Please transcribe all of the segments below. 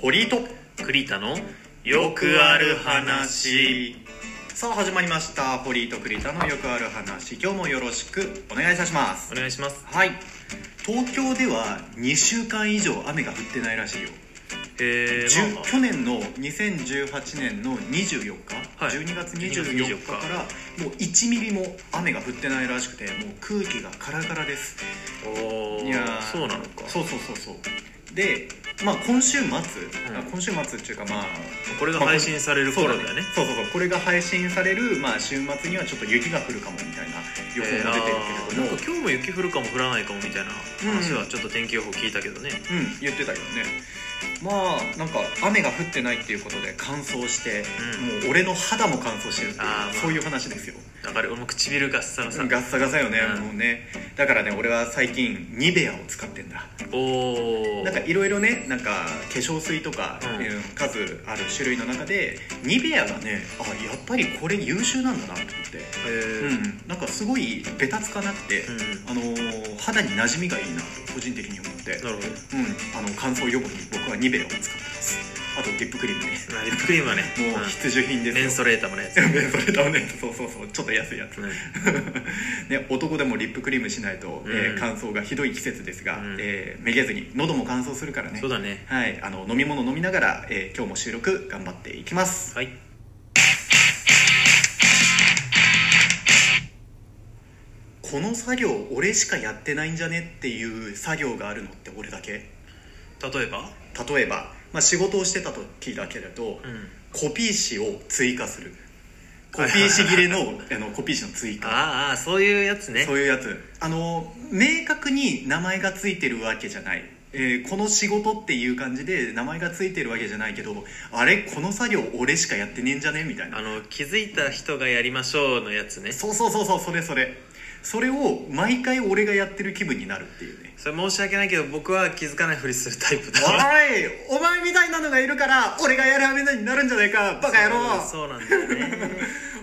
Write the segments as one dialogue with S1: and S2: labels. S1: ホリーと
S2: 栗田の
S1: よくある話さあ始まりましたホリーと栗田のよくある話今日もよろしくお願いいたします
S2: お願いします
S1: はい東京では2週間以上雨が降ってないらしいよ、
S2: え
S1: じゅ
S2: ー、まあ
S1: 去年の2018年の24日、
S2: はい
S1: 12月24日からもう1ミリも雨が降ってないらしくてもう空気がカラカラです
S2: まあおー
S1: いやー
S2: そうなのか
S1: そうそうそうそうでまあ今週末、
S2: ん
S1: あ今週末っていうかまあ
S2: これが配信される頃だよね
S1: そうそうそうこれが配信される、まあ、週末にはちょっと雪が降るかもみたいな予報が出てるけれども、
S2: えーあーなんか今日も雪降るかも降らないかもみたいな話
S1: う
S2: は
S1: ん
S2: ちょっと天気予報聞いたけどね、
S1: うん言ってたけどねまあなんか雨が降ってないっていうことで乾燥して、
S2: うん
S1: もう俺の肌も乾燥してるってい
S2: あ
S1: う、
S2: ーまあ
S1: そういう話ですよ
S2: だから俺も唇がっさらさ、
S1: ガッサガサよね、
S2: うん
S1: もうねだからね俺は最近ニベアを使ってんだ
S2: おお
S1: なんかいろいろねなんか化粧水とか、
S2: うん
S1: うん数ある種類の中でニベアがねあやっぱりこれ優秀なんだなと思って
S2: えー
S1: うん、なんかすごいベタつかなくて、
S2: うん
S1: あのー肌に馴染みがいいなと個人的に思って、
S2: なるほど
S1: うん、あの乾燥予防に僕はニベアを使ってますあとリップクリームね
S2: まあリップクリームはね
S1: もう必需品
S2: う
S1: で
S2: ん
S1: すよ
S2: メンソレータムのやつ、
S1: メンソレーターねそうそうそうちょっと安いやつ、
S2: うん
S1: ね、男でもリップクリームしないと、えー
S2: うん
S1: 乾燥がひどい季節ですが、
S2: うん
S1: えーめげずに喉も乾燥するからね
S2: そうだね
S1: はい、あの飲み物飲みながら、えー今日も収録頑張っていきます
S2: はい
S1: この作業俺しかやってないんじゃねっていう作業があるのって俺だけ
S2: 例えば
S1: 例えば、まあ、仕事をしてた時だけれど、
S2: うん
S1: コピー紙を追加するコピー紙切れのあのコピー紙の追加
S2: あーあーそういうやつね
S1: そういうやつあの明確に名前がついてるわけじゃない、えーこの仕事っていう感じで名前がついてるわけじゃないけどあれこの作業俺しかやってねえんじゃねみたいな
S2: あの気づいた人がやりましょうのやつね
S1: そうそうそうそうそれそれそれを毎回俺がやってる気分になるってい うね
S2: それ申し訳ないけど僕は気づかないふりするタイプだわ
S1: おいお前みたいなのがいるから俺がやるはめになるんじゃないかバカ野郎
S2: そうなんだよね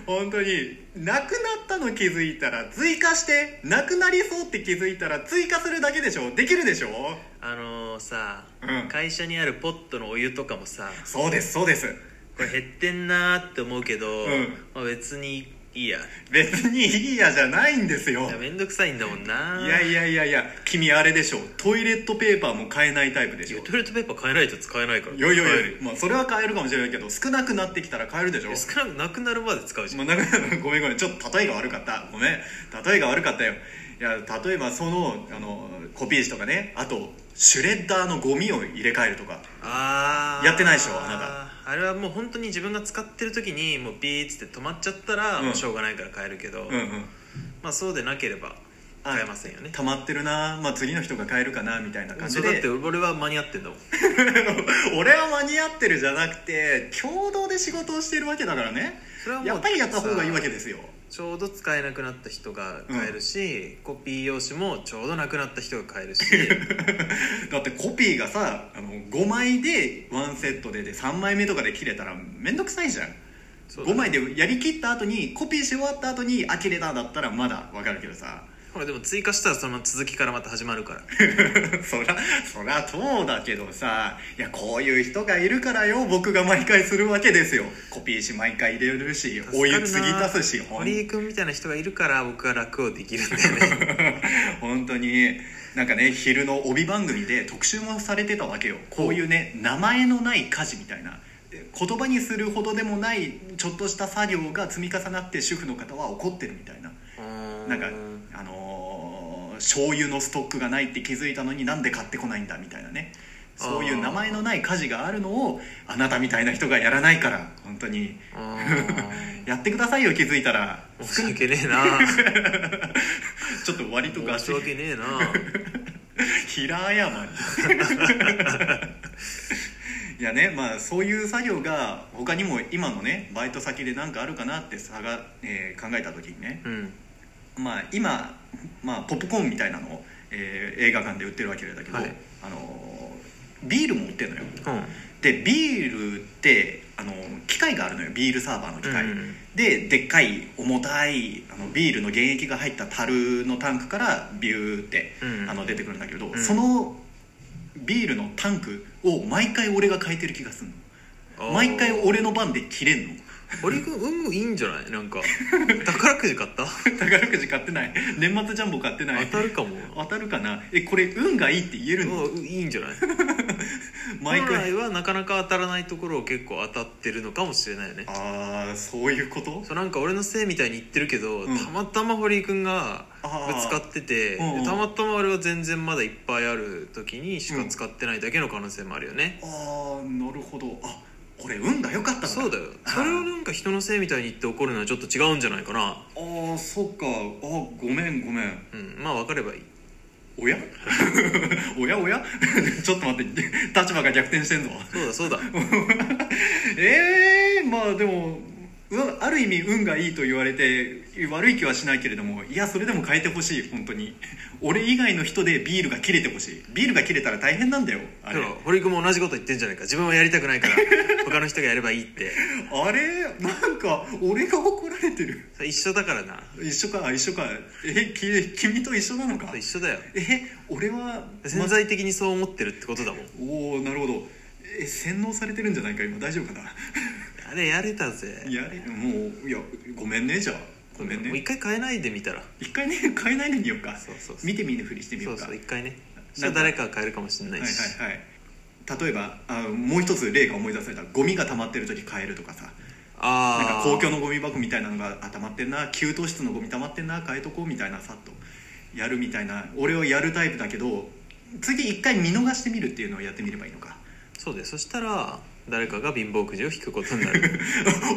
S1: 本当になくなったの気づいたら追加してなくなりそうって気づいたら追加するだけでしょできるでしょ
S2: あのーさ、
S1: うん
S2: 会社にあるポットのお湯とかもさ
S1: そうですそうです
S2: これ減ってんなーって思うけど、
S1: ん
S2: まあ、別にいいや
S1: 別にいいやじゃないんですよ
S2: いやめんどくさいんだもんない
S1: やいやいやいや君あれでしょトイレットペーパーも買えないタイプでしょ
S2: トイレットペーパー変えないと使えないから
S1: いやいや
S2: 買え
S1: い
S2: る
S1: や、まあ、それは買えるかもしれないけど少なくなってきたら買えるでしょ
S2: 少なくなくなるまで使うじゃん、
S1: まあ、なんか ごめんごめんちょっと例えが悪かったごめん例えが悪かったよいや例えばそのあのコピー紙とかねあとシュレッダーのゴミを入れ替えるとか
S2: ああ
S1: やってないでしょあな
S2: たあれはもう本当に自分が使ってる時にもうビーッつって止まっちゃったら、
S1: うん
S2: もうしょうがないから変えるけど、
S1: うんうん
S2: まあそうでなければ変えませんよね
S1: 溜まってるな、まあ、次の人が買えるかなみたいな感
S2: そ
S1: じ
S2: うだっ
S1: で
S2: て俺は間に合ってんだもん
S1: 俺は間に合ってるじゃなくて共同で仕事をしてるわけだからね
S2: それはもう
S1: やっぱりやった方がいいわけですよ
S2: ちょうど使えなくなった人が買えるし、コピー用紙もちょうどなくなった人が買えるし
S1: だってコピーがさあの5枚でワンセットでで3枚目とかで切れたらめんどくさいじゃん
S2: そうだ
S1: 5枚でやりきった後にコピーし終わった後にあきれただったらまだわかるけどさ
S2: ほらでも追加したらその続きからまた始まる から
S1: そらそらそうだけどさいやこういう人がいるからよ僕が毎回するわけですよコピーし毎回入れるしお湯継ぎ足すしほん
S2: 堀井君みたいな人がいるから僕は楽をできるんだよ ね
S1: 本当になんかね昼の帯番組で特集もされてたわけよこういうね名前のない家事みたいなで言葉にするほどでもないちょっとした作業が積み重なって主婦の方は怒ってるみたいな
S2: うー
S1: なんか あのー醤油のストックがないって気づいたのになんで買ってこないんだみたいなねそういう名前のない家事があるのをあなたみたいな人がやらないから本当に
S2: うーん
S1: やってくださいよ気づいたら
S2: 申し訳ねえな
S1: ちょっと割とガ
S2: 申
S1: チ
S2: し訳ねえな
S1: 平謝りいやねまあそういう作業が他にも今のねバイト先で何かあるかなって探、えー考えた時にね
S2: うん
S1: まあ今、まあ、ポップコーンみたいなのを、えー映画館で売ってるわけだけど、
S2: はい
S1: あのービールも売ってるのよ
S2: うん
S1: でビールってあのー機械があるのよビールサーバーの機械、
S2: うんうん
S1: ででっかい重たいあのビールの原液が入った樽のタンクからビューって、
S2: うん
S1: あの出てくるんだけど、
S2: ん
S1: そのビールのタンクを毎回俺が変えてる気がする
S2: あ
S1: の
S2: ー
S1: 毎回俺の番で切れんの
S2: 堀君運いいんじゃないなんか宝くじ買った
S1: 宝くじ買ってない年末ジャンボ買ってない
S2: 当たるかも
S1: 当たるかなえこれ運がいいって言えるの
S2: うんいいんじゃない
S1: 毎
S2: 本
S1: 回
S2: 来はなかなか当たらないところを結構当たってるのかもしれないよね
S1: ああそういうこと
S2: そうなんか俺のせいみたいに言ってるけど、
S1: うん
S2: たまたま堀井君がぶつかってて、
S1: あーうんうん
S2: たまたま俺は全然まだいっぱいある時にしか使ってないだけの可能性もあるよね、
S1: ああなるほどあこれ運が良かったんだ
S2: そうだよそれをなんか人のせいみたいに言って怒るのはちょっと違うんじゃないかな
S1: ああそっかあごめんごめん
S2: うんまあ分かればいい
S1: おや おやお やちょっと待って立場が逆転してんぞ
S2: そうだそう だ
S1: ええまあでもうわある意味運がいいと言われて悪い気はしないけれどもいやそれでも変えてほしい本当に俺以外の人でビールが切れてほしいビールが切れたら大変なんだよあ
S2: で
S1: れ
S2: も堀井君も同じこと言ってんじゃないか自分はやりたくないから他の人がやればいいって
S1: あれなんか俺が怒られてる
S2: それ一緒だからな
S1: 一緒か一緒かえき君と一緒なのか
S2: そう一緒だよ
S1: え俺は
S2: 潜在的にそう思ってるってことだもん
S1: おおなるほどえ洗脳されてるんじゃないか今大丈夫かな
S2: あれやれたぜ
S1: いやもういやごめんねじゃあごめん
S2: もう
S1: ね
S2: 一回変えないでみたら
S1: 一回ね変えないでみようか
S2: そうそうそう
S1: 見て見ぬふりしてみ
S2: そ
S1: よ
S2: う
S1: うか
S2: そう
S1: はい
S2: 一回ねそしたら誰かが変えるかもしれな
S1: はい
S2: いし、
S1: はい例えばあもう一つ例が思い出されたゴミが溜まってる時変えるとかさ
S2: あ
S1: な
S2: あ
S1: んか公共のゴミ箱みたいなのがあ溜まってんな給湯室のゴミ溜まってんな変えとこうみたいなさっとやるみたいな俺をやるタイプだけど次一回見逃してみるっていうのをやってみればいいのか
S2: そうでそしたら誰かが貧乏くじを引くことにな る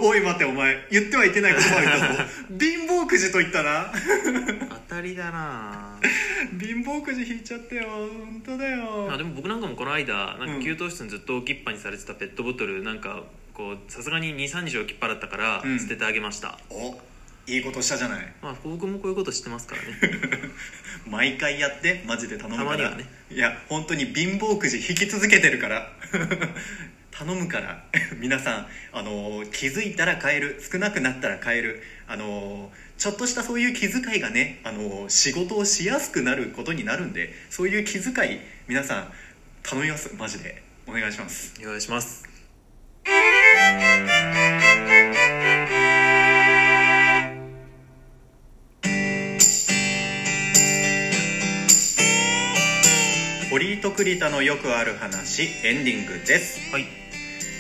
S1: おい待てお前言ってはいけない言葉を 言ったぞ貧乏くじと言ったな
S2: 当たりだな
S1: 貧乏くじ引いちゃったよ本当だよ
S2: あでも僕なんかもこの間なん
S1: うん
S2: か給湯室にずっと置きっぱにされてたペットボトルなんかこうさすがに23日置きっぱだったから
S1: うん
S2: 捨ててあげました、
S1: おいいことしたじゃない
S2: まあ僕もこういうことしてますからね
S1: 毎回やってマジで頼むから
S2: たまにはね
S1: いや本当に貧乏くじ引き続けてるから 頼むから 皆さんあのー気づいたら買える少なくなったら買えるあのーちょっとしたそういう気遣いがねあのー仕事をしやすくなることになるんでそういう気遣い皆さん頼みますマジでお願い します
S2: お願いします
S1: 堀井と栗田のよくある話エンディングです
S2: はい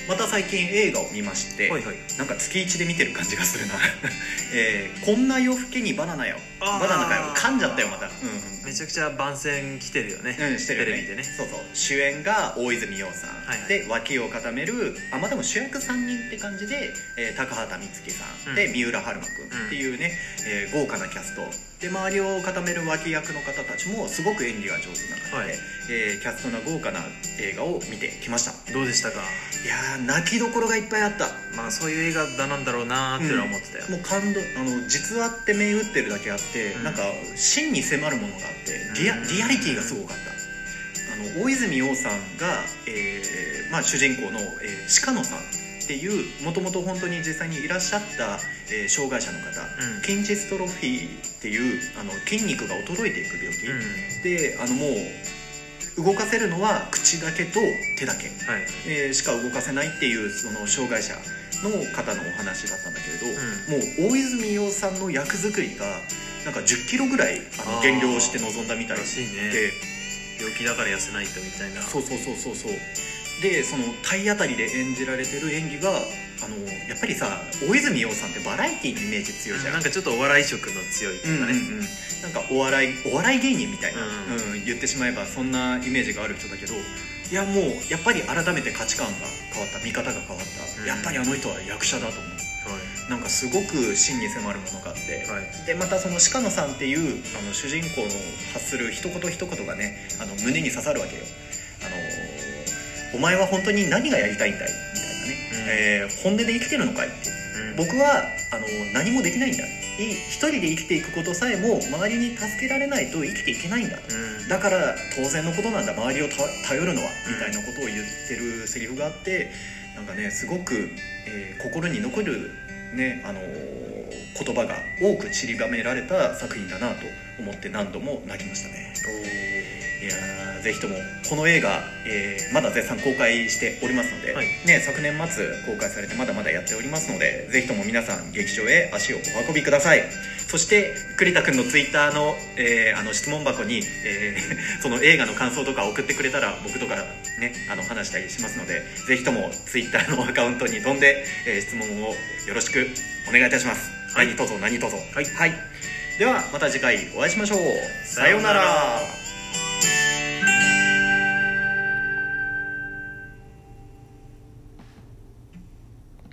S1: また最近映画を見まして、
S2: はいはい
S1: なんか月一で見てる感じがするな、 えーこんな夜更けにバナナよ
S2: あー
S1: バナナかよ噛んじゃったよまたうん
S2: めちゃくちゃ番宣来てるよね、
S1: うん、うん、してるよ
S2: テレビでね
S1: そうそう主演が大泉洋さん、
S2: はいはい
S1: で脇を固めるあまあでも主役3人って感じで、えー高畑充希さん、
S2: うん
S1: で三浦春馬君
S2: うん
S1: っていうね、えー豪華なキャストで周りを固める脇役の方たちもすごく演技が上手な方で、
S2: はい
S1: えーキャストな豪華な映画を見てきました
S2: どうでしたか
S1: いやー泣きどころがいっぱいあった
S2: まあそういう映画だなんだろうなーっていうのは思ってたよ、
S1: もう感動あの実話って銘打ってるだけあって、
S2: うん
S1: なんか真に迫るものがあってリア
S2: うん
S1: リアリティがすごかったあの大泉洋さんが、えーまあ、主人公の、えー鹿野さんっていうもともと本当に実際にいらっしゃった、えー障害者の方
S2: うん
S1: 筋ジストロフィーっていうあの筋肉が衰えていく病気、
S2: うん
S1: であのもう動かせるのは口だけと手だけ
S2: はい
S1: えーしか動かせないっていうその障害者の方のお話だったんだけれど、もう大泉洋さんの役作りがなんか1 0キロぐらいあの
S2: あー
S1: 減量して臨んだみたい
S2: らしい
S1: で
S2: ね病気だから痩せないとみたいな
S1: そうそうそうそうそうでその体当たりで演じられてる演技があのやっぱりさ大泉洋さんってバラエティーのイメージ強いじゃん
S2: なんかちょっとお笑い色の強いって
S1: うん
S2: いう
S1: うん
S2: かね、
S1: うん、なんかお笑いお笑い芸人みたいな、
S2: う
S1: うん言ってしまえばそんなイメージがある人だけどいやもうやっぱり改めて価値観が変わった見方が変わった、
S2: うん
S1: やっぱりあの人は役者だと思うなんかすごく真に迫るものがあって、
S2: はいはい
S1: でまたその鹿野さんっていうあの主人公の発する一言一言がねあの胸に刺さるわけよあのお前は本当に何がやりたいんだいみたいなね、えー本音で生きてるのかいって
S2: うん
S1: 僕はあの何もできないんだい一人で生きていくことさえも周りに助けられないと生きていけないんだ
S2: うん
S1: だから当然のことなんだ周りをた頼るのはみたいなことを言ってるセリフがあってなんかねすごく、えー心に残る、ねあのー言葉が多く散りばめられた作品だなと思って何度も泣きましたね
S2: おー
S1: いやーーぜひともこの映画、えーまだ絶賛公開しておりますので、
S2: はい
S1: ね、昨年末公開されてまだまだやっておりますのでぜひとも皆さん劇場へ足をお運びくださいそして栗田君のツイッターの,、えーあの質問箱に、えー その映画の感想とか送ってくれたら僕とか、ね、あの話したりしますのでぜひともツイッターのアカウントに飛んで、えー質問をよろしくお願いいたします、
S2: はい
S1: 何卒何卒
S2: はい
S1: ではまた次回お会いしましょうさよ
S2: さよう
S1: うな
S2: な
S1: ら
S2: ら